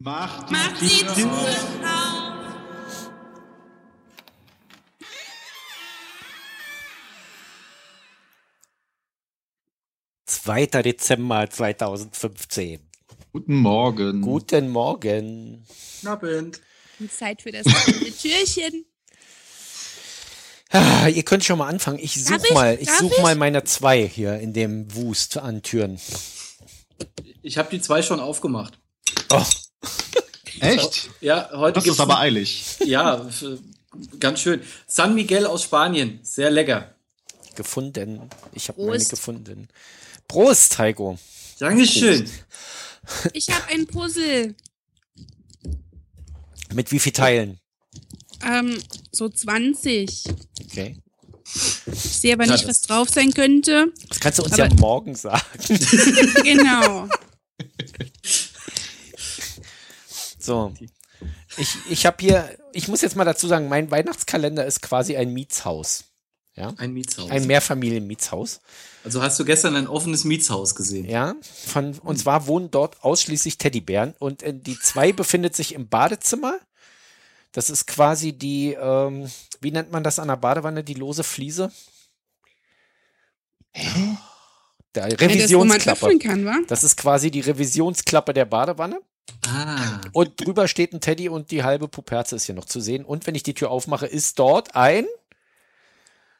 Mach die, Mach die Tür Tür auf. auf. Zweiter Dezember 2015. Guten Morgen. Guten Morgen. Guten Abend. Zeit für das kleine Türchen. Ah, ihr könnt schon mal anfangen. Ich Darf suche ich? mal, ich Darf such ich? mal meine zwei hier in dem Wust an Türen. Ich habe die zwei schon aufgemacht. Oh, Echt? Ja, heute Das gibt's ist aber eilig. Ja, f- ganz schön. San Miguel aus Spanien, sehr lecker. gefunden. Ich habe meine Prost. gefunden. Prost, Heiko. Dankeschön. Ich habe ein Puzzle. Mit wie viel Teilen? Ähm, so 20. Okay. Ich sehe aber nicht, Ja, was drauf sein könnte. Das kannst du uns Aber- ja morgen sagen. Genau. So. Ich, ich habe hier, ich muss jetzt mal dazu sagen, mein Weihnachtskalender ist quasi ein Mietshaus. Ein Mietshaus. Ein Mehrfamilien-Mietshaus. also hast du gestern ein offenes Mietshaus gesehen? Ja, von, und zwar wohnen dort ausschließlich Teddybären und äh, die zwei befindet sich im Badezimmer. Das ist quasi die, ähm, wie nennt man das an der Badewanne, die lose Fliese? Der das, wo man Revisionsklappe. öffnen kann, wa? das ist quasi die Revisionsklappe der Badewanne. Ah, Und drüber steht ein Teddy und die halbe Puperze ist hier noch zu sehen. Und wenn ich die Tür aufmache, ist dort ein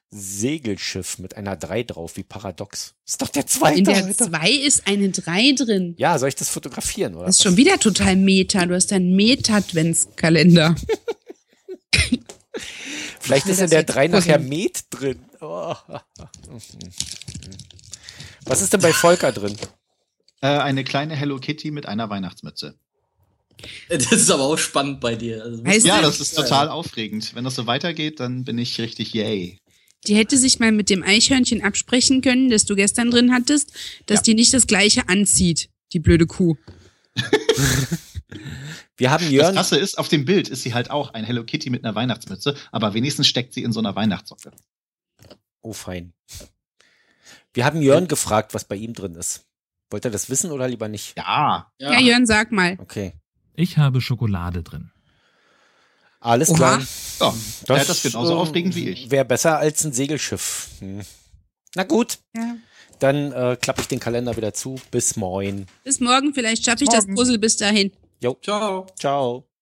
Segelschiff mit einer 3 drauf. Wie paradox. Ist doch der zweite. In der Alter. 2 ist eine 3 drin. Ja, soll ich das fotografieren, oder? Das ist was? schon wieder total Meta. Du hast einen Meta-Adventskalender. Vielleicht Ich will ist in das der jetzt 3 nachher gucken. Met drin. Oh. Was ist denn bei Volker drin? Äh, eine kleine Hello Kitty mit einer Weihnachtsmütze. das ist aber auch spannend bei dir. Also, Weißt Ja, du, das ist total aufregend. Wenn das so weitergeht, dann bin ich richtig yay. die hätte sich mal mit dem Eichhörnchen absprechen können, das du gestern drin hattest, dass Ja. die nicht das gleiche anzieht, die blöde Kuh. Wir haben Das Jörn. Krasse ist, auf dem Bild ist sie halt auch ein Hello Kitty mit einer Weihnachtsmütze, aber wenigstens steckt sie in so einer Weihnachtssocke. Oh, fein. Wir haben Jörn gefragt, was bei ihm drin ist. Wollt ihr das wissen oder lieber nicht? Ja, ja. Ja, Jörn, sag mal. Okay. Ich habe Schokolade drin. Alles Oha. klar. ja der hat das genauso aufregend wie ich. Wäre besser als ein Segelschiff. Hm. Na gut, Ja. dann äh, klappe ich den Kalender wieder zu. Bis moin. Bis morgen, vielleicht schaffe ich das Puzzle bis dahin. Ciao. Ciao.